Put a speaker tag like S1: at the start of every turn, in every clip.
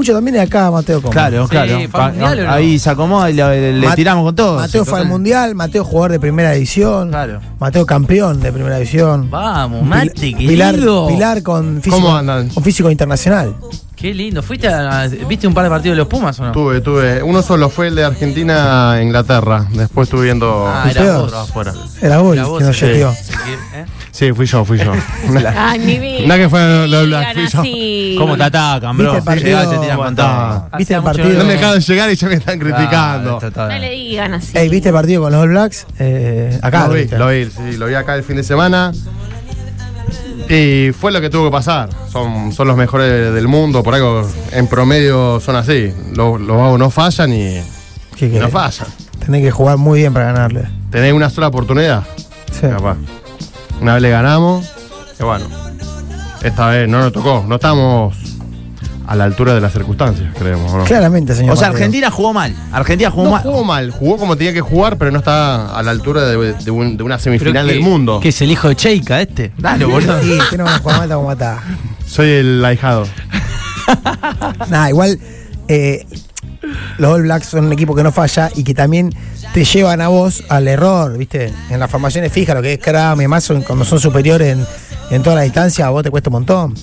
S1: Mucho también de acá, Mateo Comas.
S2: Claro,
S3: Sí,
S2: claro. Ah,
S3: ¿fue al mundial o no?
S2: Ahí se acomoda y le, le
S1: Mat-
S2: tiramos con todo.
S1: Mateo
S2: Sí,
S1: fue al
S2: total.
S1: Mundial, Mateo jugador de primera división.
S2: Claro.
S1: Mateo campeón de primera división.
S3: Vamos,
S1: Pil-
S3: Mati,
S1: Pilar,
S3: querido.
S1: Pilar con físico,
S4: ¿Cómo andan?
S1: con físico internacional.
S3: Qué lindo. ¿Fuiste a- ¿Viste un par de partidos de los Pumas o no?
S4: Tuve, tuve. Uno solo fue el de Argentina a Inglaterra. Después estuve viendo.
S3: Ah, era
S1: Ustedes.
S3: vos.
S4: afuera.
S1: Era vos
S3: Era
S1: el
S3: vos,
S1: que nos
S3: sí.
S1: yeteó.
S3: Sí, que- ¿eh?
S4: Sí, fui yo, fui yo.
S5: Ay, mi vida.
S4: No que fue lo- lo- lo-
S5: Digan
S4: fui yo.
S5: así.
S2: ¿Cómo te atacan, bro?
S1: Viste el partido-
S2: Llegás, te tiran con todo.
S4: Ah,
S1: ¿Viste el
S3: Hacía mucho
S1: partido?
S4: No me dejaron llegar y ya me están criticando.
S2: Ah, total.
S5: No le digan así.
S1: Ey, ¿viste el partido con los All Blacks? Eh, acá.
S4: lo vi,
S1: viste.
S4: lo vi, sí, lo vi acá el fin de semana. Y fue lo que tuvo que pasar. Son, son los mejores del mundo, por algo en promedio son así. Los los vagos no fallan y,
S1: ¿Qué
S4: y
S1: querés?
S4: no fallan.
S1: Tenés que jugar muy bien para ganarle.
S4: Tenés una sola oportunidad,
S1: Sí.
S4: capaz. Una vez le ganamos, que bueno, esta vez no nos tocó. No estamos a la altura de las circunstancias, creemos. ¿o no?
S1: Claramente, señor.
S2: O sea,
S1: Mateo.
S2: Argentina jugó mal. Argentina jugó
S4: No
S2: mal.
S4: jugó mal, jugó como tenía que jugar, pero no está a la altura de, de un- de una semifinal del mundo.
S3: Que es el hijo de Cheika este. Dale, boludo.
S1: Sí, tiene una jugada mata como matá.
S4: Soy el ahijado.
S1: Nah, igual eh, los All Blacks son un equipo que no falla y que también te llevan a vos al error, ¿viste? En las formaciones fijas, lo que es Kram y más, son- cuando son superiores en, en toda la distancia, a vos te cuesta un montón.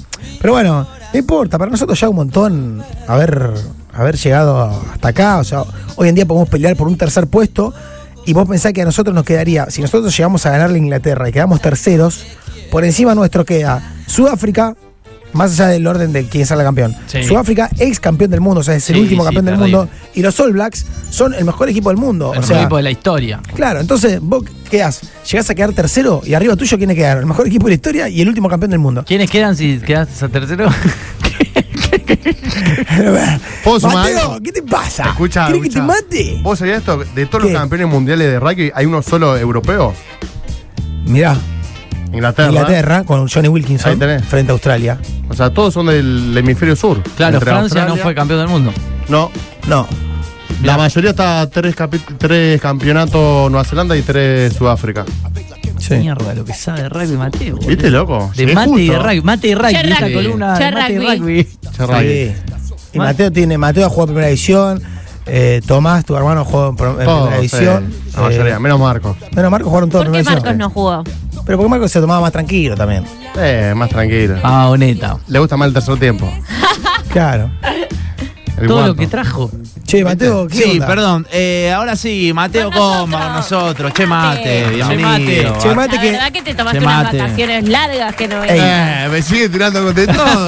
S1: Pero bueno, no importa, para nosotros ya un montón haber, haber llegado hasta acá. O sea, hoy en día podemos pelear por un tercer puesto y vos pensás que a nosotros nos quedaría, si nosotros llegamos a ganarle a Inglaterra y quedamos terceros, por encima nuestro queda Sudáfrica, más allá del orden de quién sale campeón.
S3: Sí.
S1: Sudáfrica, ex campeón del mundo, o sea, es el
S3: Sí,
S1: último
S3: sí,
S1: campeón del
S3: terrible.
S1: mundo. Y los All Blacks son el mejor equipo del mundo.
S3: El
S1: o
S3: mejor
S1: sea,
S3: equipo de la historia.
S1: Claro, entonces vos quedás, llegás a quedar tercero y arriba tuyo, ¿quiénes quedaron? El mejor equipo de la historia y el último campeón del mundo.
S3: ¿Quiénes quedan si quedaste a tercero?
S4: ¿Puedo sumar
S1: Mateo,
S4: algo?
S1: ¿qué te pasa?
S4: Ah, Escucha,
S1: ¿Querés que te
S4: escucha.
S1: mate?
S4: ¿Vos sabías esto? De todos
S1: ¿Qué?
S4: los campeones mundiales de rugby, ¿hay uno solo europeo?
S1: Mirá,
S4: Inglaterra.
S1: Inglaterra con Johnny
S4: Ahí
S1: Wilkinson
S4: tenés.
S1: frente a Australia.
S4: O sea, todos son del hemisferio sur.
S3: Claro,
S4: Entre
S3: Francia no
S4: Australia-
S3: fue campeón del mundo.
S4: No,
S1: No,
S4: la mayoría está a tres, capi- tres campeonatos Nueva Zelanda y tres Sudáfrica.
S1: sí.
S3: Mierda, lo que sabe de rugby Mateo. boludo.
S4: ¿Viste, loco?
S3: De
S4: Llegué
S3: mate y de
S4: justo.
S3: rugby. Mate y rugby.
S5: Che,
S3: esta
S5: rugby.
S3: columna
S5: Che,
S3: de mate y
S5: rugby.
S3: rugby.
S4: Che, rugby.
S1: Sí. Y Mateo tiene, Mateo ha jugado en primera división, eh, Tomás, tu hermano, jugó en, pro- en
S4: Todos,
S1: primera
S4: sí.
S1: división.
S4: La mayoría,
S1: eh,
S4: menos Marcos.
S1: menos Marcos jugaron todos en
S5: ¿Por qué
S1: primera
S5: Marcos
S1: división.
S5: no jugó?
S1: Pero porque Marcos se tomaba más tranquilo también.
S4: Eh, más tranquilo.
S3: Ah, honeta.
S4: Le gusta más el tercer tiempo.
S5: Ah.
S1: Claro.
S4: El
S3: Todo
S4: cuarto.
S3: lo que trajo.
S1: Che, Mateo, ¿qué
S2: Sí,
S1: onda?
S2: perdón. Eh, ahora sí, Mateo Comba con nosotros. Che mate,
S5: Che,
S2: bienvenido.
S3: mate.
S1: Che, mate
S5: la
S1: que-
S5: verdad que te tomaste
S2: Che,
S5: unas
S2: mate.
S5: vacaciones largas que no
S1: Ey.
S5: venías.
S4: Eh, me sigue tirando con de todo.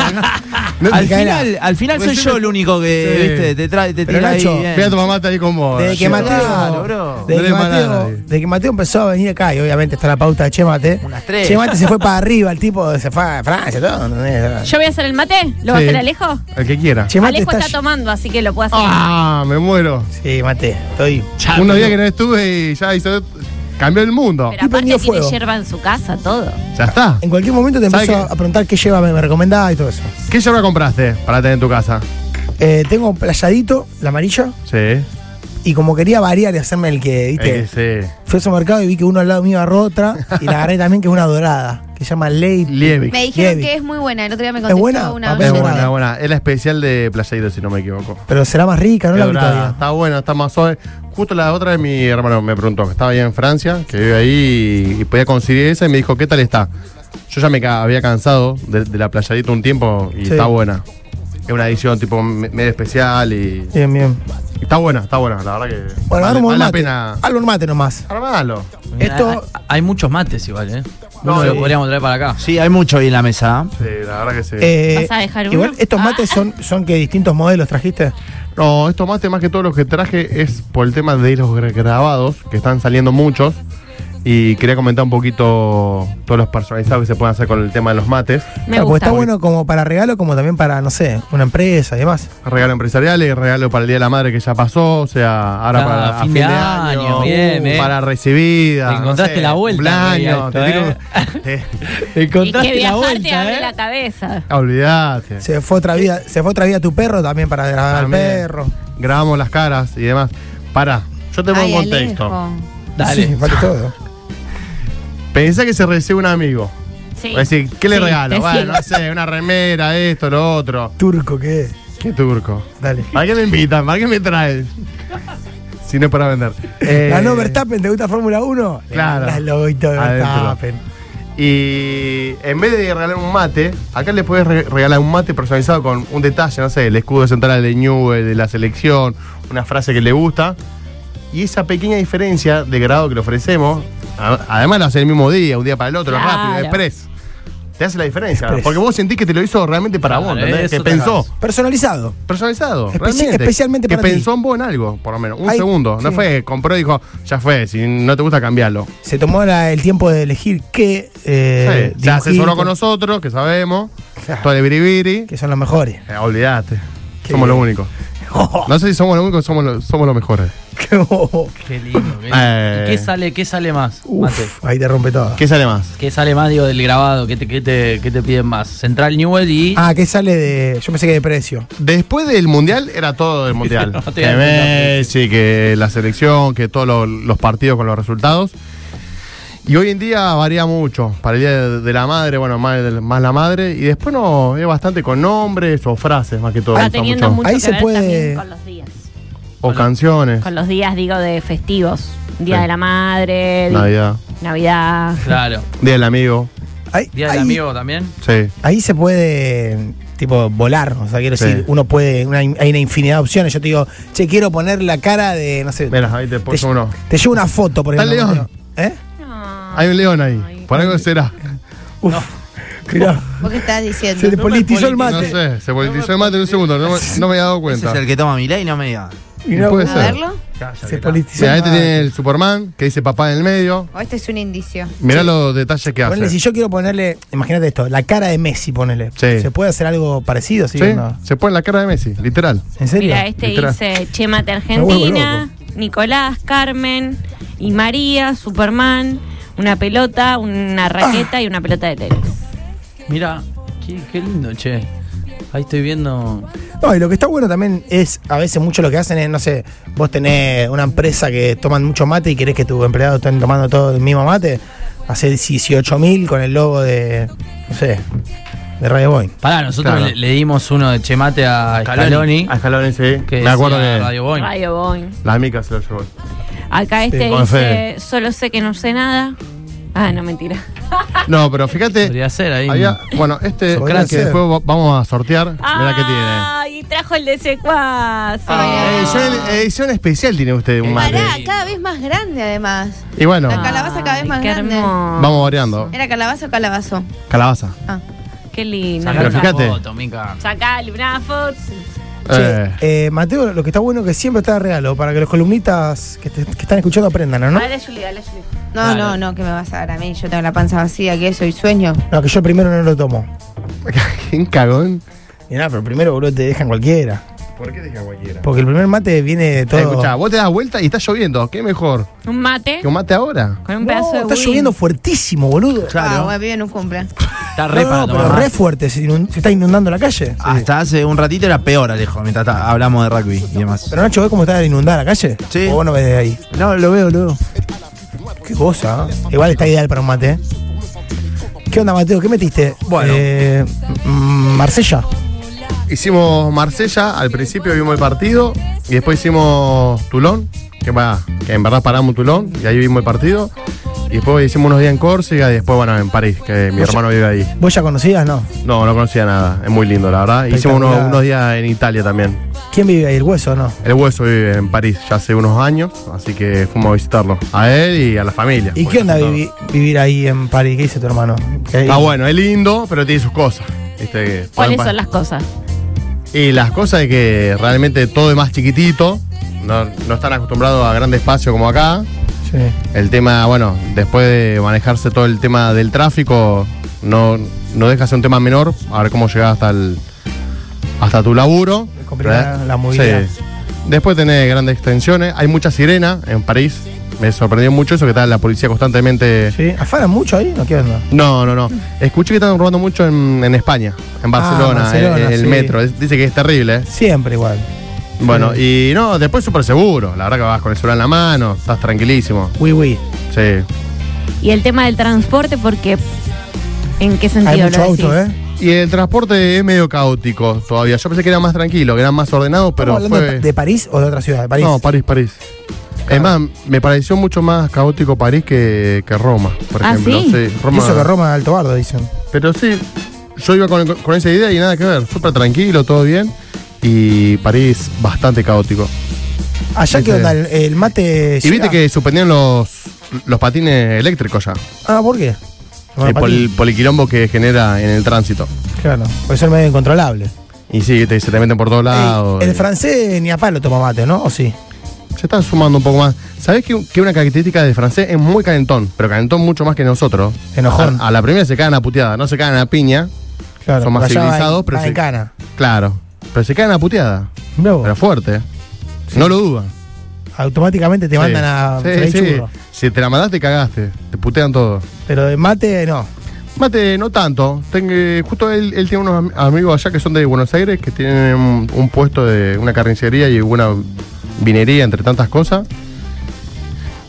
S4: No,
S1: Micaela.
S2: Al final, al final soy
S4: Pues
S2: yo el único que
S4: Sí.
S2: viste, te trae, te
S1: Pero
S2: tira ahí.
S1: Nacho,
S2: bien.
S4: Mira a tu mamá ahí con vos.
S1: Desde que,
S4: Yo-
S1: Mateo,
S2: Claro, bro.
S1: desde
S4: No
S1: que
S4: le manda a
S1: Mateo,
S4: nadie.
S1: desde que Mateo empezó a venir acá, y obviamente está la pauta de Che Mate.
S2: Unas tres.
S1: Che Mate se fue para arriba, el tipo se fue a Francia, todo. ¿entendés?
S5: Yo voy a hacer el mate. ¿Lo va a
S4: Sí.
S5: hacer Alejo?
S4: El que quiera.
S1: Che Mate
S5: Alejo
S1: está.
S5: está tomando, así que lo puedo hacer.
S4: Ah, me muero.
S1: sí, Mate, estoy.
S4: Unos días que no estuve y ya hizo. Cambió el mundo.
S5: Pero
S1: Y prendió
S5: aparte tiene
S1: fuego.
S5: hierba en su casa, todo.
S4: Ya está.
S1: En cualquier momento te
S4: ¿Sabe
S1: empiezo
S4: qué?
S1: a preguntar qué lleva, me, me recomendaba y todo eso.
S4: ¿Qué yerba compraste para tener en tu casa?
S1: Eh, tengo playadito, la amarilla,
S4: Sí.
S1: y como quería variar y hacerme el que, viste,
S4: Eh,
S1: fui al supermercado y vi que uno al lado mío agarró otra, y la agarré también, que es una dorada, que se llama Ley.
S4: sí. Liebic.
S6: Me dijeron
S1: Lievi.
S6: que es muy buena. El otro día me
S1: ¿Es
S6: contestó
S1: buena? Ah,
S6: una
S1: Papel
S4: Es
S1: dorada.
S4: buena, es buena. Es la especial de Playeiro, si no me equivoco.
S1: Pero será más rica, ¿no?
S4: Es
S1: La vi
S4: dorada.
S1: todavía.
S4: Está buena, está más suave. Justo la otra de mi hermano me preguntó, que estaba allá en Francia, que vive ahí y, y podía conseguir esa y me dijo, ¿qué tal está? Yo ya me ca- había cansado de, de la playadita un tiempo y
S1: Sí.
S4: está buena. Es una edición tipo me- medio especial y,
S1: Bien, bien.
S4: y está buena, está buena, la verdad que
S1: Bueno,
S4: vale,
S1: armo un
S4: vale la
S1: mate.
S4: pena
S1: Algo un mate nomás.
S4: armarlo.
S1: Esto-
S3: Hay, hay muchos mates igual, ¿eh?
S4: No,
S3: No, lo
S4: sí.
S3: podríamos traer para acá.
S2: Sí, hay mucho ahí en la mesa.
S4: Sí, la verdad que sí.
S1: Eh,
S5: ¿Vas a dejar uno? Ah.
S1: Igual estos mates son, son que distintos modelos trajiste.
S4: No, estos mates más que todos los que traje es por el tema de los gra- grabados, que están saliendo muchos. Y quería comentar un poquito todos los personalizados que se pueden hacer con el tema de los mates.
S5: Me
S1: Claro, Ah, porque
S5: gusta.
S1: está bueno como para regalo, como también para, no sé, una empresa y demás.
S4: Regalo empresariales, regalo para el Día de la Madre que ya pasó, o sea, ahora
S3: Ah,
S4: para
S3: fin de año, bien, eh.
S4: uh, para recibida.
S3: Te encontraste la vuelta,
S4: Cumpleaños,
S3: María,
S4: te
S3: esto,
S4: tiro- eh,
S5: Y que
S3: la
S5: viajar te
S3: vuelta,
S5: abre
S3: ¿eh?
S5: la cabeza.
S4: olvidate.
S1: Se fue otra vida, se fue otra vida tu perro también para grabar al
S4: También.
S1: perro.
S4: Grabamos las caras y demás. Pará, yo te pongo en
S6: Ay,
S4: contexto.
S6: Alejo.
S3: Dale.
S1: Sí, vale todo.
S4: Pensá que se recibe un amigo.
S5: Sí.
S4: Va a decir, ¿qué le
S5: Sí,
S4: regalo?
S5: te
S4: Bueno,
S5: sigo.
S4: no sé, una remera, esto, lo otro.
S1: Turco que es.
S4: Qué turco.
S1: Dale.
S4: ¿Para qué me invitan? ¿Para qué me traen? si no es para vender. Eh,
S1: Ganó Verstappen, ¿te gusta Fórmula 1?
S4: Claro.
S1: Las lobito de
S4: Adentro.
S1: Verstappen.
S4: Y en vez de regalar un mate, acá le puedes re- regalar un mate personalizado con un detalle, no sé, el escudo central de Newell, de la selección, una frase que le gusta. Y esa pequeña diferencia de grado que le ofrecemos, a- además lo hace el mismo día, un día para el otro,
S5: Claro.
S4: rápido, express. Te hace la diferencia.
S1: Express.
S4: Porque vos sentís que te lo hizo realmente para
S3: Claro,
S4: vos, ¿entendés?
S3: eso
S4: Que
S3: te
S4: pensó.
S3: hagas.
S1: Personalizado.
S4: Personalizado.
S1: Especi-
S4: realmente.
S1: especialmente
S4: que
S1: para ti.
S4: pensó en vos en algo, por lo menos. Un
S1: Ay,
S4: segundo. No
S1: sí.
S4: fue, compró y dijo, ya fue, si no te gusta, cambiarlo.
S1: Se tomó la- el tiempo de elegir qué. Eh,
S4: Sí, se asesoró
S1: dibujito,
S4: con nosotros, que sabemos.
S1: Claro.
S4: Todo el biribiri.
S1: Que son los mejores.
S4: Eh, olvidate.
S1: Qué
S4: Somos
S1: bien.
S4: los únicos. No sé si somos los únicos, somos los, somos los mejores.
S1: Qué bobo.
S3: Qué lindo. qué lindo.
S4: Eh.
S3: ¿Y qué sale, qué sale más, Mate?
S1: Uf, ahí te rompe todo.
S4: ¿Qué sale más?
S3: ¿Qué sale más, digo, del grabado? ¿Qué te, qué te, qué te piden más? Central Newell y...
S1: Ah, ¿qué sale de.? Yo pensé que de precio.
S4: Después del mundial era todo del mundial.
S3: No te voy a
S4: que
S3: preguntar,
S4: Messi, que la selección, que todos los, los partidos con los resultados. Y hoy en día varía mucho. Para el día de, de la madre, bueno, más, del- más la madre. Y después no es bastante con nombres o frases más que todo.
S5: Va
S4: usa
S5: teniendo
S4: mucho.
S5: mucho
S1: Ahí
S5: que
S1: se
S5: ver
S1: puede-
S5: también con los días.
S4: O canciones.
S5: Con los días, digo, de festivos. Día
S4: Sí.
S5: de la Madre, di-
S4: Navidad.
S5: Navidad.
S3: Claro.
S4: Día del amigo.
S1: Ahí,
S3: Día del
S1: ahí-
S3: amigo también.
S4: Sí.
S1: Ahí se puede, tipo, volar. O sea, quiero
S4: Sí.
S1: decir, uno puede. una- hay una infinidad de opciones. Yo te digo, che, quiero poner la cara de. No sé.
S4: Mira, ahí te puse
S1: lle-
S4: uno.
S1: Te llevo una foto, por
S4: Está
S1: ejemplo.
S4: León.
S1: ¿Eh?
S6: Ah,
S4: Hay un león ahí. Por algo será.
S1: Uf. Mirá,
S6: ¿Vos qué estás diciendo?
S1: se le politizó el
S4: No
S1: mate.
S4: sé, se politizó el mate en un segundo, no, me- no me había dado
S2: Ese
S4: cuenta.
S2: es el que toma mi ley, no me diga.
S1: Mirá
S4: Puede
S1: vos.
S6: ¿A
S4: ser.
S6: verlo?
S1: Se politizó.
S4: Mira,
S1: el
S4: este
S1: mate.
S4: tiene el Superman, que dice papá en el medio.
S6: ¿O este es un indicio?
S4: Mirá los detalles que hace.
S1: Ponele, si
S4: Sí,
S1: yo quiero ponerle, imagínate esto, la cara de Messi, ponele.
S4: Sí.
S1: ¿Se puede hacer algo parecido? ¿sí? o no?
S4: se pone la cara de Messi, literal.
S1: ¿En serio?
S5: Mira, este
S4: Literal.
S5: dice Chemate
S1: vuelvo
S5: Argentina, Nicolás, Carmen y María, Superman, una pelota, una raqueta y una pelota de tenis.
S3: Mira, qué, qué lindo, che. Ahí estoy viendo...
S1: No, y lo que está bueno también es, a veces mucho lo que hacen es, no sé, vos tenés una empresa que toman mucho mate y querés que tus empleados estén tomando todo el mismo mate, hace 18.000 con el logo de, no sé, de Radio Boy.
S3: Pará, nosotros
S4: Claro.
S3: le, le dimos uno de Chemate a Scaloni.
S4: A Scaloni, Ah, sí.
S3: que
S4: Me acuerdo
S3: decía
S4: que
S3: Radio Boeing.
S5: Radio Boing.
S4: la mica se lo llevó.
S5: Acá este
S4: con
S5: dice,
S4: fe.
S5: solo sé que no sé nada. Ah, no, mentira.
S4: No, pero fíjate,
S3: Podría ser ahí.
S4: había, bueno, este
S1: Podría
S4: que
S1: ser.
S4: después va- vamos a sortear. Mirá que tiene.
S5: Ah, y trajo el de secuaz.
S4: Eh, Edición, edición especial tiene usted un mate.
S6: Pará, cada vez más grande además.
S4: Y bueno,
S6: La calabaza cada vez
S5: Ay,
S6: más
S5: qué
S6: grande.
S5: hermoso.
S4: vamos variando.
S6: ¿Era calabaza o calabazo?
S4: Calabaza.
S6: Ah.
S5: Qué lindo.
S3: Sacar
S4: Pero
S3: una
S4: fíjate.
S3: foto, Mica.
S5: Sacale una foto.
S4: Eh,
S1: Che, eh, Mateo, lo que está bueno es que siempre está de regalo, para que los columnistas que, te- que están escuchando aprendan, ¿o ¿no?
S5: Dale, Juli, dale, Juli.
S6: No, no, no, que me vas a dar a mí. Yo tengo la panza vacía, que eso y sueño.
S1: No, que yo primero no lo tomo.
S4: ¿Qué cagón?
S1: Mirá, pero primero, boludo, te dejan cualquiera.
S4: ¿Por qué dije cualquiera?
S1: Porque el primer mate viene de todo.
S4: Escucha, vos te das vuelta y está lloviendo. ¿Qué mejor?
S5: Un mate
S4: ¿Que un mate ahora?
S5: con un
S1: No,
S5: pedazo de
S1: está
S5: budín.
S1: lloviendo fuertísimo, boludo.
S6: Ah,
S2: Claro.
S6: bueno, vive en un cumple.
S1: No,
S3: Está re
S1: no,
S3: para
S1: pero
S3: tomar.
S1: re fuerte, se, inun- se está inundando la calle.
S2: Hasta hace un ratito era peor, Alejo, mientras ta- hablamos de rugby y demás.
S1: Pero Nacho, ¿ves cómo está inundada la calle?
S2: Sí.
S1: O vos no ves de ahí.
S2: No, lo veo, lo veo.
S1: Qué cosa, ¿eh? Igual está ideal para un mate. ¿eh? ¿Qué onda, Mateo? ¿Qué metiste?
S2: Bueno.
S1: Eh, mm, Marsella.
S4: Hicimos Marsella, al principio vimos el partido y después hicimos Tulón, que, va, que en verdad paramos Tulón y ahí vimos el partido. Y después hicimos unos días en Córcega y después, bueno, en París, que mi hermano vive ahí.
S1: ¿Vos ya conocías, no?
S4: No, no conocía nada, es muy lindo, la verdad. Hicimos unos,
S1: Espectacular.
S4: unos días en Italia también.
S1: ¿Quién vive ahí? ¿El hueso no?
S4: El hueso vive en París ya hace unos años, así que fuimos a visitarlo, a él y a la familia.
S1: ¿Y
S4: porque
S1: qué onda
S4: no-
S1: vivi- vivir ahí en París? ¿Qué dice tu hermano? ¿Qué-
S4: Está bueno, es lindo, pero tiene sus cosas. ¿viste? que pueden
S5: ¿Cuáles
S4: pa-
S5: son las cosas?
S4: Y las cosas es que realmente todo es más chiquitito, no, no están acostumbrados a grande espacio como acá.
S1: Sí.
S4: El tema, bueno, después de manejarse todo el tema del tráfico, no, no deja de ser un tema menor, a ver cómo llegas hasta el hasta tu laburo.
S1: Es complicada la movilidad.
S4: Sí. Después tenés grandes extensiones, hay mucha sirena en París. Me sorprendió mucho eso que está la policía constantemente.
S1: ¿Sí? ¿Afanan mucho ahí? ¿No? ¿Qué onda?
S4: No, no, no. Escuché que están robando mucho en, en España, en Barcelona,
S1: Ah, Barcelona,
S4: el, el
S1: sí.
S4: metro. Es- Dice que es terrible, ¿eh?
S1: Siempre igual.
S4: Bueno, y no, después súper seguro. La verdad que vas con el celular en la mano, estás tranquilísimo.
S1: Oui, oui.
S4: Sí.
S5: Y el tema del transporte, porque ¿en qué
S1: Hay
S5: sentido
S1: mucho
S5: lo decís?
S1: auto, ¿eh?
S4: Y el transporte es medio caótico todavía. Yo pensé que era más tranquilo, que era más ordenado, pero
S1: ¿Estamos hablando de,
S4: fue.
S1: de París o de otra ciudad? De París.
S4: No, París, París. Es más, me pareció mucho más caótico París que, que Roma, por
S5: ¿Ah,
S4: ejemplo.
S5: sí?
S1: Y
S4: Roma-
S1: eso que Roma es Alto Bardo, dicen.
S4: Pero sí, yo iba con, con esa idea y nada que ver. Súper tranquilo, todo bien. Y París bastante caótico.
S1: Allá, ¿qué
S4: Ese-
S1: onda? El, el mate.
S4: Este. Y viste
S1: llega?
S4: que suspendieron los, los patines eléctricos ya.
S1: Ah, ¿por qué?
S4: Eh, por, el, por el quilombo que genera en el tránsito.
S1: Claro, por eso es medio incontrolable.
S4: Y sí, te, se te meten por todos lados. eh.
S1: Ey,
S4: y-
S1: el francés ni a palo toma mate, ¿no? ¿O sí?
S4: Se están sumando un poco más. ¿Sabés que, que una característica del francés es muy calentón? Pero calentón mucho más que nosotros.
S1: Enojón.
S4: A, a la primera se caen a puteada, no se caen a piña.
S1: Claro,
S4: Son más
S1: allá van-
S4: civilizados, pero
S1: van
S4: sí.
S1: en cana.
S4: Claro. Pero se caen a puteada.
S1: Mirá vos,
S4: Pero fuerte. No lo duda.
S1: automáticamente te mandan a freír churro.
S4: Si te la mandaste, cagaste. Te putean todo.
S1: Pero de mate, no.
S4: Mate, no tanto. Tengo, justo él, él tiene unos am- amigos allá que son de Buenos Aires, que tienen un, un puesto de una carnicería y una vinería, entre tantas cosas.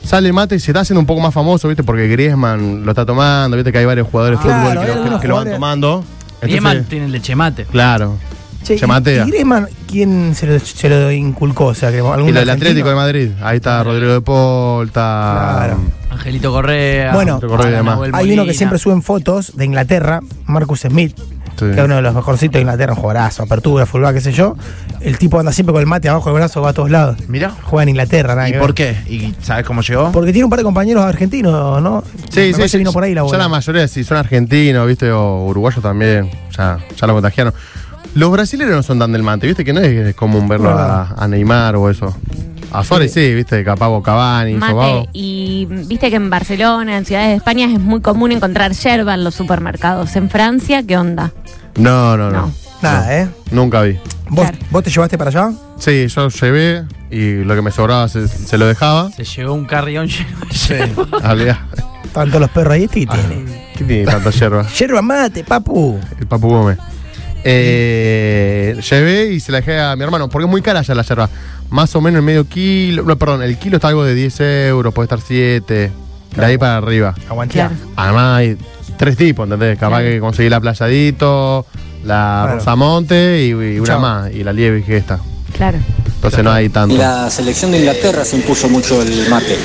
S4: Sale Mate y se está haciendo un poco más famoso, ¿viste? Porque Griezmann lo está tomando, ¿viste? Que hay varios jugadores de
S1: Claro,
S4: fútbol
S1: hay
S4: que, lo- que-
S1: algunos
S4: que lo van
S1: jugadores-
S4: tomando.
S3: Bien
S4: Entonces,
S3: mal tiene leche mate.
S4: claro.
S1: Che,
S4: Se
S1: y-
S4: matea.
S1: ¿Y Griezmann quién se lo, se lo inculcó? O sea, que algún
S4: Y lo del
S1: argentino.
S4: Atlético de Madrid. Ahí está Rodrigo de Paul, está...
S1: Claro.
S3: Angelito Correa.
S1: Bueno,
S3: Ana
S4: Correa y demás.
S3: Nahuel
S1: Hay uno
S3: Molina.
S1: que siempre suben fotos de Inglaterra, Marcus Smith,
S4: Sí.
S1: que es uno de los mejorcitos de Inglaterra, un jugadorazo, apertura, fullback, qué sé yo. El tipo anda siempre con el mate abajo del brazo, va a todos lados.
S2: Mirá.
S1: Juega en Inglaterra, nada
S2: ¿Y
S1: que
S2: por
S1: ver.
S2: qué? ¿Y sabes cómo llegó?
S1: Porque tiene un par de compañeros argentinos, ¿no? Me
S4: Sí, sí,
S1: parece
S4: sí.
S1: vino por ahí la
S4: ya
S1: bola.
S4: la mayoría, si son argentinos, viste, o uruguayos también, ya, ya lo contagiaron. Los brasileños no son tan del mate, viste, que no es común verlo a, a Neymar o eso. A Suárez sí, viste, Capago Cavani, Sobao.
S5: Mate, y viste que en Barcelona, en ciudades de España, es muy común encontrar yerba en los supermercados. En Francia, ¿qué onda?
S4: No, no, no,
S5: No.
S1: Nada, ¿eh?
S4: Nunca vi.
S1: ¿Vos,
S5: Claro.
S1: ¿Vos te llevaste para allá?
S4: Sí, yo llevé y lo que me sobraba se, se lo dejaba.
S3: Se llegó un carrión lleno de yerba.
S4: Ah, mirá.
S1: Estaban todos los perros ahí, este que
S4: Ah.
S1: tiene.
S4: ¿Qué tiene tanta yerba?
S1: Yerba mate, papu.
S4: El Papu Gómez. Eh, llevé y se la dejé a mi hermano, porque es muy cara ya la yerba. Más o menos el medio kilo, no, perdón, el kilo está algo de 10 euros, puede estar 7, de ahí para arriba.
S1: Aguantea.
S5: Claro.
S4: Además hay tres tipos, ¿entendés? Capaz que conseguí la Playadito, la
S1: Claro.
S4: Rosamonte y, y una
S1: Chao.
S4: más, y la Liebre que esta.
S5: Claro.
S4: Entonces no hay tanto.
S7: Y la selección de Inglaterra se impuso mucho el mate.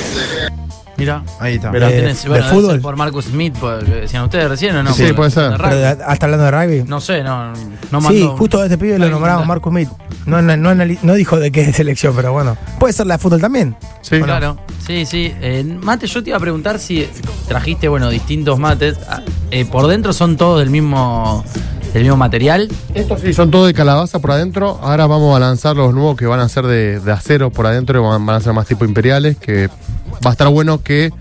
S3: Mira.
S4: Eh,
S2: Ahí está.
S1: Pero-
S3: Pero
S1: de- de
S3: bueno, debe
S1: fútbol.
S3: ser Por Marcus Smith, por- que decían ustedes recién, ¿o no?
S4: Sí,
S3: Por-
S4: puede ser.
S3: de rugby.
S1: Pero, ¿Hasta hablando de rugby?
S3: No sé, no, no mandó.
S1: sí, justo este pibe lo
S3: Ay,
S1: nombramos
S3: mira.
S1: Marcus Smith. No, no, no, anali- no dijo de qué selección, pero bueno. Puede ser la de fútbol también.
S4: Sí.
S3: Claro, sí, sí. Eh, mate, yo te iba a preguntar si trajiste, bueno, distintos mates. Ah, eh, por dentro son todos del mismo, del mismo material.
S4: Estos sí, son todos de calabaza por adentro. Ahora vamos a lanzar los nuevos que van a ser de, de acero por adentro, que van, van a ser más tipo imperiales, que va a estar bueno que,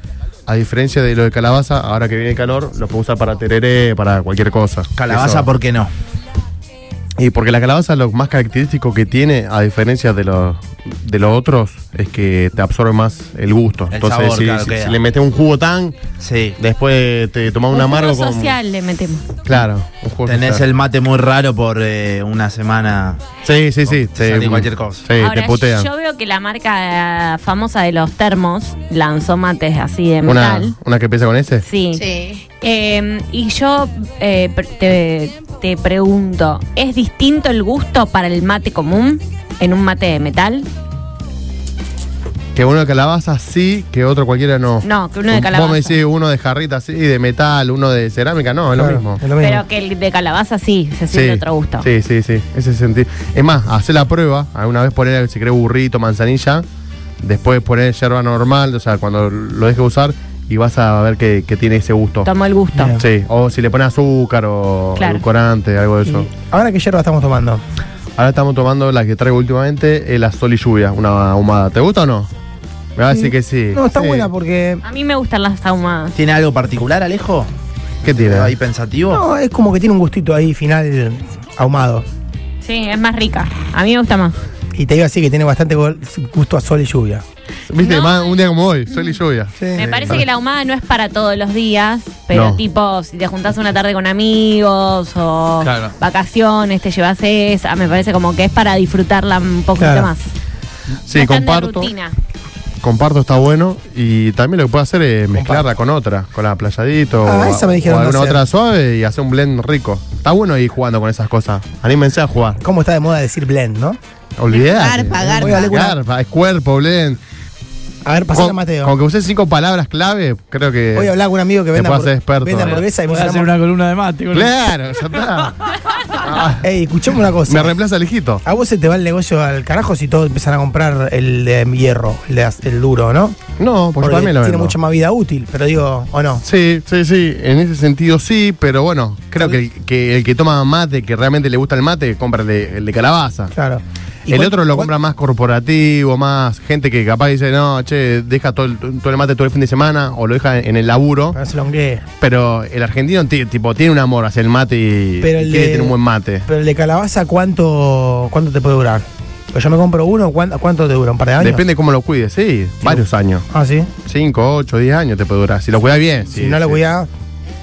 S4: a diferencia de lo de calabaza, ahora que viene el calor, los puedo usar para tereré, para cualquier cosa.
S2: Calabaza,
S4: Eso.
S2: ¿por qué no?
S4: Y porque la calabaza lo más característico que tiene, a diferencia de los de los otros, es que te absorbe más el gusto.
S2: El
S4: Entonces,
S2: sabor,
S4: si,
S2: claro,
S4: si-
S2: queda.
S4: si le metes un jugo tan,
S2: Sí.
S4: después te tomas un,
S5: Un
S4: amargo
S5: jugo
S4: con...
S5: social le metemos.
S4: Claro, un jugo
S2: Tenés
S4: social.
S2: el mate muy raro por eh, una semana.
S4: Sí, sí, sí.
S2: Oh, Te sale cualquier cosa.
S4: Sí,
S5: Ahora,
S4: te putean.
S5: yo veo que la marca eh, famosa de los termos lanzó mates así de
S4: Una,
S5: metal.
S4: una que empieza con ese.
S5: Sí.
S6: Sí.
S5: Eh, y yo eh, pre- te, te pregunto, ¿es distinto el gusto para el mate común en un mate de metal?
S4: Que uno de calabaza sí, que otro cualquiera no.
S5: No, que uno de
S4: Vos
S5: calabaza.
S4: me decís uno de jarrita sí, de metal, uno de cerámica, no, es
S1: Claro,
S4: lo mismo.
S1: Es lo mismo.
S5: Pero que el de calabaza sí, se siente otro gusto.
S4: Sí, sí, sí. Ese sentido. Es más, hacer la prueba, alguna vez poner, si querés, burrito, manzanilla, después poner yerba normal, o sea, cuando lo dejes usar y vas a ver que, que tiene ese gusto.
S5: Tomo el gusto.
S1: Bien.
S4: Sí, o si le pones azúcar o
S5: Claro.
S4: edulcorante, algo de eso.
S1: Y ahora qué yerba estamos tomando.
S4: Ahora estamos tomando la que traigo últimamente, eh, la sol y lluvia, una ahumada. ¿Te gusta o no? Me va a decir que sí.
S1: No, está
S4: Sí.
S1: buena porque.
S5: A mí me gustan las ahumadas.
S2: ¿Tiene algo particular, Alejo?
S4: ¿Qué tiene?
S2: ¿Ahí pensativo?
S1: No, es como que tiene un gustito ahí final ahumado.
S5: Sí, es más rica. A mí me gusta más.
S1: Y te digo así que tiene bastante gol- gusto a sol y lluvia.
S4: Viste,
S5: No.
S4: más un día como hoy, sol y lluvia.
S5: Me parece que la ahumada no es para todos los días, pero
S4: No.
S5: tipo, si te juntás una tarde con amigos o
S3: Claro.
S5: vacaciones, te llevas esa, me parece como que es para disfrutarla un poquito
S1: Claro.
S5: más.
S4: Sí,
S5: No es tan de
S4: comparto.
S5: rutina.
S4: comparto está bueno y también lo que puedo hacer es mezclarla con otra, con la playadito
S1: Ah,
S4: o,
S1: esa me
S4: o
S1: dijeron no
S4: alguna
S1: hacer.
S4: otra suave y hacer un blend rico. Está bueno ir jugando con esas cosas. Anímense a jugar.
S1: Ah, ¿Cómo está de moda decir blend, no?
S4: Olvidar.
S6: Garpa, garpa.
S1: Voy a darle una-
S4: es cuerpo, blend.
S1: A ver, pasala a
S4: Con, con
S1: Mateo.
S4: que usé cinco palabras clave, creo que.
S1: Voy a hablar con un amigo que
S4: Te
S1: venda,
S4: puedo hacer
S1: hamburg-
S4: experto. eh.
S1: vende hamburguesa y me
S3: Voy
S1: dice,
S3: a hacer una columna de mate. boludo.
S4: Claro, ya está. Ah,
S1: Ey, escuchame una cosa.
S4: me reemplaza el hijito.
S1: A vos se te va el negocio al carajo si todos empiezan a comprar el de hierro, el, de as- el duro, ¿no?
S4: No, porque, Pues yo
S1: Porque
S4: también lo
S1: tiene
S4: vendo.
S1: mucha más vida útil, pero digo, ¿o no?
S4: Sí, sí, sí. En ese sentido sí, pero bueno, creo que el que, el que toma mate, que realmente le gusta el mate, compra el de, el de calabaza.
S1: Claro. ¿Y
S4: El
S1: cuán-
S4: otro lo
S1: cuán-
S4: compra más corporativo, más gente que capaz dice, no, che, deja todo el, todo el mate todo el fin de semana o lo deja en el laburo.
S1: Pero se lo hongué.
S4: Pero el argentino ti- tipo, tiene un amor hacia el mate y,
S1: Pero
S4: y
S1: el
S4: quiere
S1: de-
S4: tener un buen mate.
S1: Pero el de calabaza, ¿cuánto, cuánto te puede durar? Pues yo me compro uno, ¿cuánto, cuánto te dura? ¿Un par de años?
S4: Depende cómo lo cuides, sí. Varios años.
S1: Ah, sí.
S4: 5, 8, 10 años te puede durar. Si lo cuidas bien.
S1: si no lo cuidás,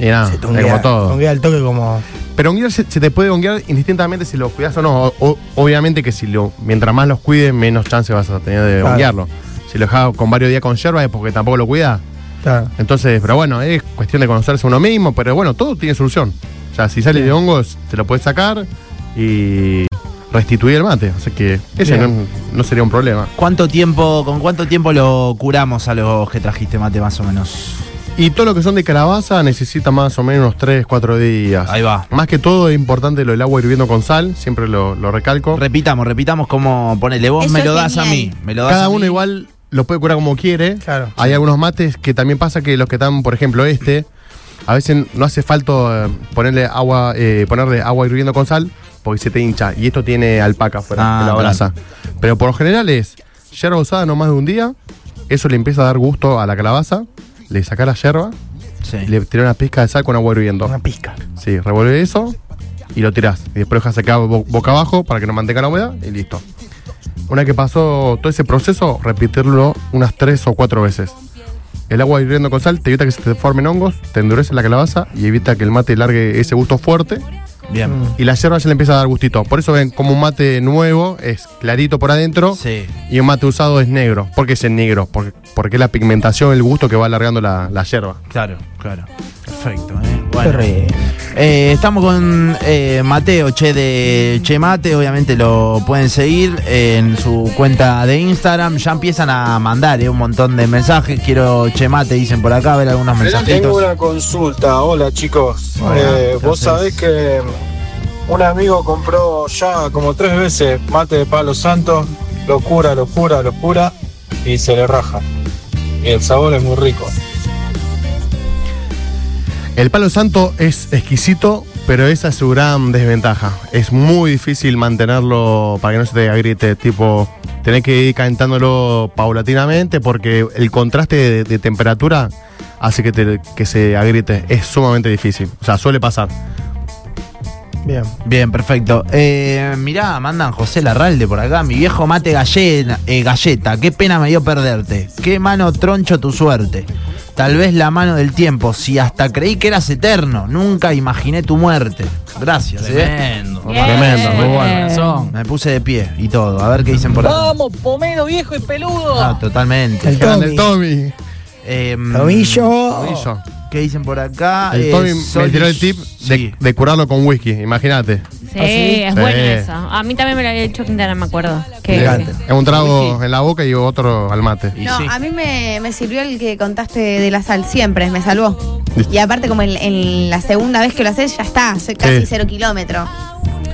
S4: Y nada,
S1: se
S4: es
S1: te honguea,
S4: Ah, como todo.
S1: honguea el toque como.
S4: Pero honguear se, se te puede honguear indistintamente si lo cuidas o no. O- o- obviamente que si lo, mientras más los cuides, menos chance vas a tener de
S1: Claro.
S4: honguearlo. Si lo dejas con varios días con yerba es porque tampoco lo cuidas.
S1: Claro.
S4: Entonces, pero bueno, es cuestión de conocerse uno mismo, pero bueno, todo tiene solución. O sea, si sale de hongos, te lo puedes sacar y restituir el mate. Así que ese
S1: Bien.
S4: no, no sería un problema.
S2: ¿Cuánto tiempo, con cuánto tiempo lo curamos a los que trajiste mate más o menos?
S4: Y todo lo que son de calabaza necesita más o menos unos 3, 4 días.
S2: Ahí va.
S4: Más que todo es importante lo del agua hirviendo con sal, siempre lo, lo recalco.
S2: Repitamos, repitamos como ponele vos,
S6: Eso
S2: me
S6: es
S2: lo das a mí.
S6: genial.
S2: Me lo das
S4: Cada
S2: a mí.
S4: uno igual lo puede curar como quiere.
S1: Claro.
S4: Hay algunos mates que también pasa que los que están, por ejemplo, este, a veces no hace falta eh, ponerle agua, eh, ponerle agua hirviendo con sal, porque se te hincha. Y esto tiene alpaca afuera,
S2: Ah,
S4: que lo abraza. Pero por lo general es yerba usada no más de un día, eso le empieza a dar gusto a la calabaza, le saca la yerba,
S2: Sí.
S4: y le tira una pizca de sal con agua hirviendo.
S1: Una pizca.
S4: Sí, revuelve eso y lo tirás. Y después lo dejas acá bo- boca abajo para que no mantenga la humedad y listo. Una vez que pasó todo ese proceso, repetirlo unas tres o cuatro veces. El agua hirviendo con sal te evita que se te formen hongos, te endurece la calabaza y evita que el mate largue ese gusto fuerte.
S2: Bien.
S4: Y la yerba ya le empieza a dar gustito. Por eso ven como un mate nuevo es clarito por adentro
S2: Sí.
S4: y un mate usado es negro. ¿Por qué es el negro? Porque, porque es la pigmentación, el gusto que va alargando la, la yerba.
S2: Claro, claro. Perfecto, ¿eh?
S1: Qué
S2: Bueno.
S1: re-
S2: Eh, estamos con eh, Mateo, che de Che Mate. Obviamente lo pueden seguir en su cuenta de Instagram. Ya empiezan a mandar eh, un montón de mensajes. Quiero Che Mate, dicen por acá, ver algunos
S8: Tengo
S2: mensajitos.
S8: una consulta, hola chicos.
S2: Hola,
S8: Eh,
S2: ¿qué
S8: vos
S2: haces?
S8: sabés que em, un amigo compró ya como tres veces mate de palo santo, locura, locura, locura, y se le raja. Y el sabor es muy rico.
S4: El palo santo es exquisito, pero esa es su gran desventaja. Es muy difícil mantenerlo para que no se te agriete. Tipo, tenés que ir calentándolo paulatinamente porque el contraste de, de temperatura hace que, te- que se agriete. Es sumamente difícil. O sea, suele pasar.
S1: Bien.
S2: Bien, perfecto. Eh, mirá, mandan José Larralde por acá. Mi viejo mate gallena, eh, galleta. Qué pena me dio perderte. Qué mano troncho tu suerte. Tal vez la mano del tiempo. Si hasta creí que eras eterno, nunca imaginé tu muerte. Gracias. eh.
S3: Tremendo.
S5: Bien.
S4: Tremendo, muy
S5: bueno.
S3: Corazón.
S2: Me puse de pie y todo. A ver qué dicen por acá. ¡Vamos, Pomedo, viejo y peludo! Ah, totalmente.
S1: El Tommy.
S4: Grande Tommy.
S2: Eh,
S1: Tomillo.
S4: Tomillo.
S2: ¿Qué dicen por acá?
S4: El
S2: Eh,
S4: Tommy me
S2: Sol-
S4: tiró el tip de,
S2: Sí.
S4: de curarlo con whisky, imagínate.
S5: Sí, es
S4: Sí.
S5: bueno eso. A mí también me lo había hecho Quintana, me acuerdo. Que-
S1: Elegante.
S4: Es un trago en la boca y otro al mate.
S2: Y
S6: No,
S2: sí.
S6: a mí me, me sirvió el que contaste de la sal, siempre, me salvó. Y aparte, como en, en la segunda vez que lo haces, ya está, soy casi
S4: Sí.
S6: cero kilómetro.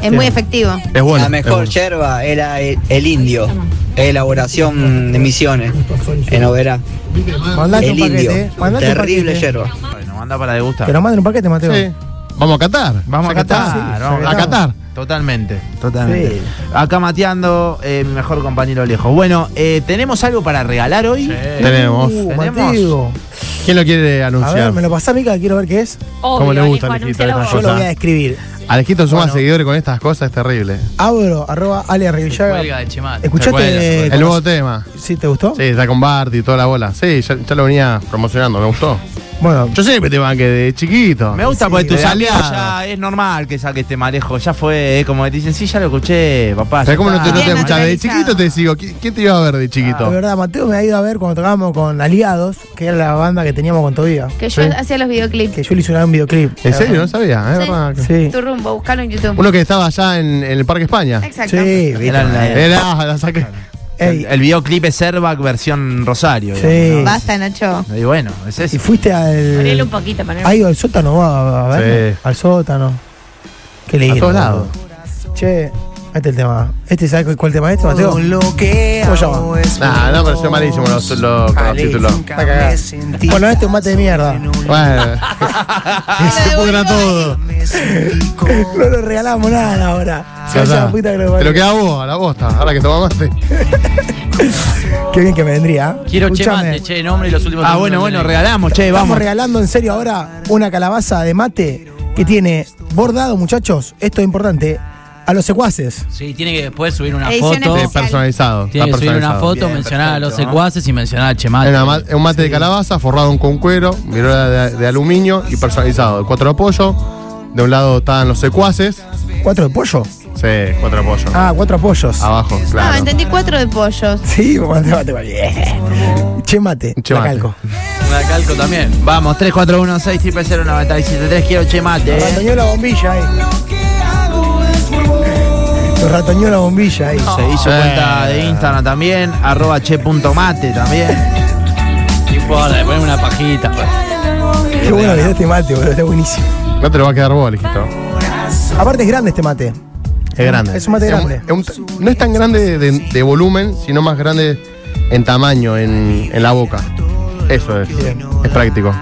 S6: Es muy efectivo.
S4: Es bueno.
S9: La
S4: es
S9: mejor
S4: bueno.
S9: yerba era el, el indio. Elaboración de misiones en Oberá.
S1: Mandate
S9: El
S1: un paquete.
S9: indio.
S1: Mandate un
S9: Terrible
S1: paquete.
S9: yerba.
S2: Bueno, manda para degustar.
S1: Que nos manden un paquete, Mateo.
S4: Sí. Vamos a Qatar.
S2: Vamos a
S4: Ya que está.
S2: Qatar,
S1: sí,
S2: vamos
S1: ya
S2: a
S1: que
S2: Qatar.
S1: estamos.
S2: Totalmente, totalmente.
S1: Sí.
S2: Acá mateando, eh, mi mejor compañero lejos. Bueno, eh, ¿tenemos algo para regalar hoy?
S4: Tenemos.
S1: Uh,
S2: Tenemos.
S1: Mateo.
S4: ¿Quién lo quiere
S1: A
S4: anunciar?
S1: ver, me lo pasá, Mica, quiero ver qué es.
S5: Obvio,
S4: ¿Cómo le
S5: Alejo,
S4: gustan, hijito,
S5: anuncialo
S4: estas
S1: Yo
S5: vos.
S1: lo
S4: Cosa.
S1: voy a describir.
S4: Alejito suma
S1: Bueno.
S4: seguidores con estas cosas, es terrible.
S1: Abro, arroba Ale Arribillaga.
S3: Cuelga de Chemate.
S1: ¿Escuchaste?
S3: Cuelga.
S1: Eh,
S4: El nuevo
S1: conoce-
S4: tema.
S1: ¿Sí te gustó?
S4: Sí, está con Barty y toda la bola. Sí, ya, ya lo venía promocionando, me gustó.
S1: Bueno,
S4: Yo siempre te banqué de chiquito.
S2: Me gusta
S1: Sí,
S2: porque tus
S1: de
S2: aliados
S4: aliado.
S2: ya es normal que saque este manejo. Ya fue, eh, como que te dicen, sí, ya lo escuché, papá. ya
S4: ¿Sabes cómo no te,
S2: está.
S4: no te
S6: Bien
S4: escuchaba? De
S6: naturalizado.
S4: chiquito te sigo. ¿Qui- ¿Quién te iba a ver de
S1: de
S4: chiquito?
S1: verdad, Mateo me ha ido a ver cuando tocábamos con Aliados, que era la banda que teníamos con Todavía.
S6: Que yo
S4: Sí.
S6: hacía los videoclips.
S1: Que yo le hice una vez un videoclip.
S4: ¿En serio? No sabía, ¿eh?
S6: Sí.
S4: Verdad que-
S1: Sí.
S6: Tu rumbo, buscalo en YouTube.
S4: Uno que estaba allá en, en el Parque España.
S6: Exacto.
S1: Sí, viste.
S2: Era la-
S4: Era, ah, la saqué.
S1: Ey,
S2: el, el videoclip es Airbag versión Rosario.
S1: Sí.
S2: digamos,
S6: Basta, Nacho.
S2: ¿no? Y bueno, es
S1: y
S2: eso.
S1: fuiste
S5: Ponele un
S1: al.
S5: poquito, ponele.
S1: Ahí al sótano, va a ver.
S4: Sí.
S1: Al sótano. Qué lindo.
S4: A todos lados.
S1: Che, este es el tema. Este, ¿sabes cuál tema es este, Mateo? ¿Cómo se llama?
S4: Nah, no, pareció malísimo los, los, los títulos. Está cagado.
S1: Bueno, este es un mate de mierda.
S4: Bueno. que se pudra
S6: Ah,
S4: todo.
S1: no lo regalamos nada ahora. Se
S4: Ya
S1: vaya
S4: está.
S1: la puta que lo
S4: Te
S1: parió.
S4: lo queda a vos, a la bosta, ahora que tomaste.
S1: Qué bien que me vendría. ¿eh?
S3: Quiero che
S1: Escuchame,
S3: mate, che nombre y los últimos.
S2: Ah,
S3: tres
S2: bueno,
S3: números
S2: bueno,
S3: de la-
S2: regalamos, che,
S1: Estamos
S2: vamos.
S1: regalando en serio ahora una calabaza de mate que tiene bordado, muchachos. Esto es importante. A los secuaces.
S3: Sí, tiene que después subir una foto.
S6: Edición
S4: Sí,
S6: especial.
S4: personalizado.
S3: Tiene que
S4: está
S3: subir una
S4: personalizado.
S3: foto,
S2: Bien,
S3: mencionar a los
S2: perfecto.
S3: secuaces y mencionar a Chemate.
S4: Era ma- un mate de calabaza forrado con cuero, virola de, de aluminio y personalizado. Cuatro apoyos. De un lado estaban los secuaces.
S1: ¿Cuatro de pollo?
S4: Sí, cuatro apoyos.
S1: Ah, cuatro apoyos.
S4: Abajo,
S6: No,
S4: claro.
S6: entendí cuatro de pollos.
S1: Sí, mate, mate, mate. Che mate,
S4: Che
S1: la
S4: mate.
S1: calco.
S3: Una calco también.
S2: Vamos, 3416 quiero che mate. eh.
S1: Ratoñó la bombilla ahí. Nos ratoñó la bombilla ahí.
S2: Se hizo
S4: Eh.
S2: cuenta de Instagram también, arroba che.mate también.
S3: No importa, le ponemos una pajita. pues.
S1: Qué bueno que está este mate, boludo. Está buenísimo.
S4: No te lo va a quedar vos, hijito.
S1: Aparte es grande este mate.
S4: Es grande.
S1: Es un mate grande.
S4: un- es un- no es tan grande de, de volumen, sino más grande en tamaño, en, en la boca. Eso es. Es práctico.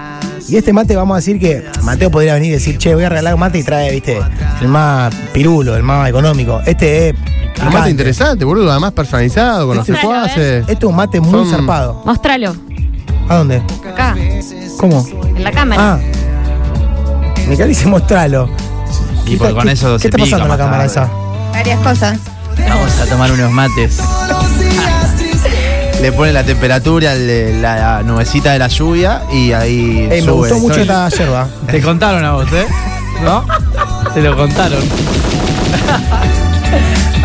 S1: Y este mate, vamos a decir que Mateo podría venir y decir, che, voy a regalar un mate y trae, viste, el más pirulo, el más económico. Este es.
S4: Un
S1: picante.
S4: mate interesante, boludo. Además personalizado, con los
S1: Este-
S4: secuaces.
S2: ¿eh?
S1: Este es un mate muy
S4: Son-
S1: zarpado.
S5: Mostralo.
S1: ¿A dónde?
S5: Acá,
S1: ¿Cómo?
S5: en la cámara.
S1: Ah. Mical dice mostralo.
S2: Y porque con
S1: ¿Qué-
S2: eso
S1: ¿Qué
S2: se
S1: está pasando en
S2: pica
S1: la
S2: más
S1: cámara
S2: tarde.
S1: esa?
S6: Varias cosas.
S3: Vamos a tomar unos mates.
S2: Le pone la temperatura, el- la, la nubecita de la lluvia y ahí
S1: Ey, Eh, me
S2: sube.
S1: gustó mucho
S2: Soy-
S1: esta yerba.
S3: Te contaron a vos, ¿eh? ¿No? Te lo contaron.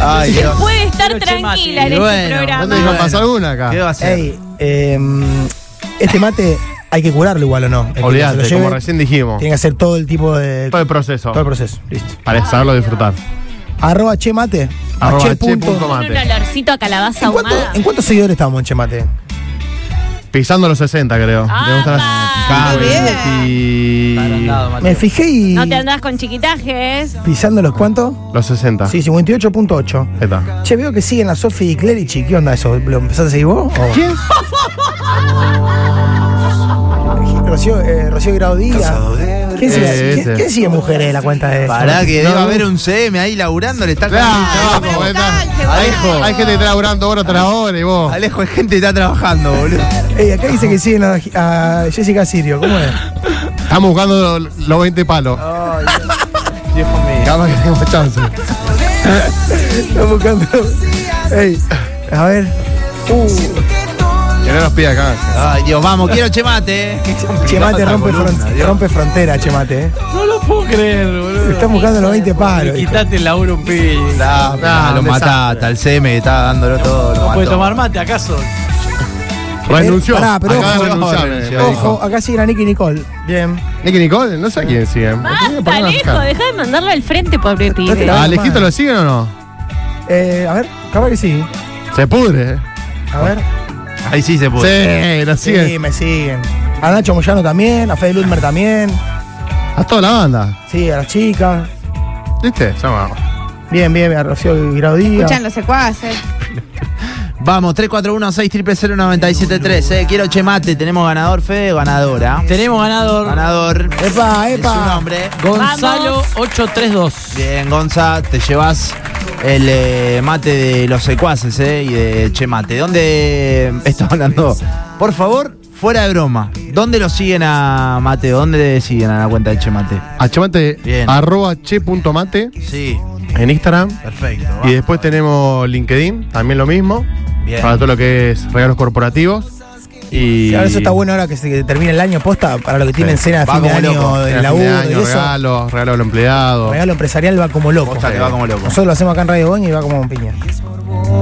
S2: Ay, Dios.
S5: Puede estar
S3: Pero, che,
S5: tranquila en
S2: mate, bueno,
S5: este
S4: ¿No
S5: programa.
S4: te dijo
S2: Bueno.
S4: pasar alguna
S2: ¿Qué
S4: acá?
S2: va a hacer?
S1: Ey, em, este mate hay que curarlo igual o no. El que se
S4: Olvídate,
S1: lo lleve,
S4: como recién dijimos.
S1: Tiene que hacer todo el tipo de.
S4: Todo el proceso.
S1: todo el proceso. Listo.
S4: Para saberlo disfrutar.
S1: Arroba che mate. a
S4: Arroba
S1: che punto.
S4: che punto mate.
S5: Tiene un olorcito a calabaza
S1: ¿En, cuánto-
S5: ahumada.
S1: en cuántos seguidores estamos en Chemate?
S4: Pisando los 60, creo. Debe estar
S5: ¡Apa!
S6: Muy bien.
S4: 50 y-
S1: Me fijé y.
S5: No te andás con chiquitajes.
S1: ¿Pisando los cuántos?
S4: Los 60.
S1: Sí, 58.8.
S4: Ahí está.
S1: Che, veo que siguen a Sofi y Clerici. ¿Qué onda eso? ¿Lo empezaste a seguir vos? o-
S4: ¿Quién?
S1: Rocío, eh, Rocío Grau Díaz. ¿Quién sigue,
S4: Eh,
S1: quién-
S4: ese.
S1: quién sigue mujeres de la cuenta de
S2: Eh, Pará que
S1: No,
S2: debe
S1: no.
S2: haber un CM ahí laburando, le está
S6: Ah,
S4: Claro,
S2: calentando.
S4: vamos, ahí
S6: Dale,
S4: está. Hay-
S6: boludo.
S4: Hay gente laburando hora tras hora y vos.
S2: Alejo, es gente que está trabajando, boludo.
S1: Ey, acá dice que siguen a, a Jessica Sirio. ¿Cómo es?
S4: Estamos buscando los, los 20 palos. Capaz que tenemos chance.
S1: Están buscando. Ey, a ver.
S4: Que no nos pida acá.
S2: Ay, Dios, vamos, quiero chemate. eh. Qué complicado
S1: Chemate
S2: esta
S1: rompe,
S2: columna,
S1: fron-
S2: Dios.
S1: rompe frontera, Chemate. eh.
S3: No lo puedo creer, boludo.
S1: Están buscando los 20 palos.
S3: Le quitaste el laburo a un pibe.
S2: Ah,
S4: Ah,
S2: lo
S4: un
S2: mataste al CM que estaba dándolo todo. lo
S3: ¿No puede
S2: mató.
S3: tomar mate acaso?
S4: Renunció.
S1: Eh, pará, pero
S4: Acaba
S1: ojo,
S4: de renunciar, me- me
S1: Ojo,
S4: dijo.
S1: acá siguen a Nicky Nicole. Bien.
S4: Nicky Nicole, no sé a quién siguen. Tiene que
S5: Basta,
S4: poner las
S5: Alejo,
S4: caras.
S5: dejá de mandarlo al frente, pobre
S1: te
S5: pibe.
S1: la-
S4: ¿A Alejito lo siguen o no?
S1: Eh, a ver, capaz que sí.
S4: Se pudre. ¿eh?
S1: A ver.
S2: Ahí sí se pudo.
S4: Sí, lo
S1: Sí,
S4: siguen.
S1: me siguen. A Nacho Moyano también, a Fede Ludmer también.
S4: A toda la banda.
S1: Sí, a las chicas.
S4: ¿Viste? Ya vamos.
S1: Bien, bien, a Rocío Grau Díaz.
S6: Escuchan los secuaces.
S2: Vamos, 341-600-973. Eh. Quiero chemate. Tenemos ganador, Fede, o ganadora.
S3: Tenemos ganador.
S2: Ganador.
S1: Epa,
S2: Es su
S1: epa.
S2: nombre.
S3: Gonzalo 832.
S2: Bien, Gonza, te llevas el eh, mate de los secuaces eh, y de Chemate. ¿Dónde está hablando? Por favor, fuera de broma. ¿Dónde lo siguen a Mateo? ¿Dónde siguen a la cuenta de Chemate?
S4: A chemate,
S2: Bien.
S4: arroba che.mate
S2: Sí,
S4: en Instagram.
S2: perfecto.
S4: Y después tenemos LinkedIn, también lo mismo.
S2: Bien.
S4: Para todo lo que es regalos corporativos. Y
S1: Ahora eso está bueno ahora que se termina el año posta para lo que tienen
S4: Sí.
S1: cena de
S4: Va
S1: fin de
S4: como loco.
S1: año,
S4: Cena de
S1: el
S4: fin
S1: laburo
S4: de
S1: y
S4: año,
S1: eso.
S4: regalos, regalo a los empleados.
S1: Regalo empresarial va como loco.
S2: Posta que va como loco.
S1: Nosotros lo hacemos acá en Radio Boña y va como piña.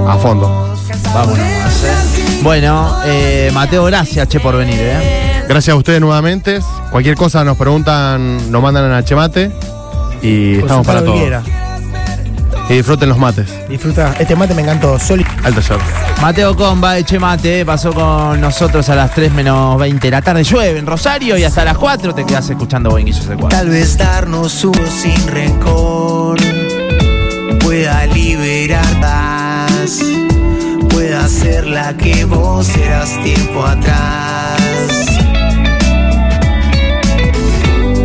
S4: A fondo.
S2: Vámonos. Marce. Bueno, eh, Mateo, gracias, che, por venir, ¿eh?
S4: Gracias a ustedes nuevamente. Cualquier cosa nos preguntan, nos mandan a Nachemate. Y estamos para todo.
S1: Consulta Pues lo que
S4: Y disfruten los mates.
S1: quiera. Disfruta. Este mate me encantó. Sol
S4: Alto short.
S2: Mateo Comba de Che Mate, ¿eh? pasó con nosotros a las 3 menos 20 de la tarde. Llueve en Rosario y hasta las 4 te quedas escuchando Boinguillos de 4.
S10: Tal vez darnos un sin rencor pueda liberar paz, pueda ser la que vos eras tiempo atrás.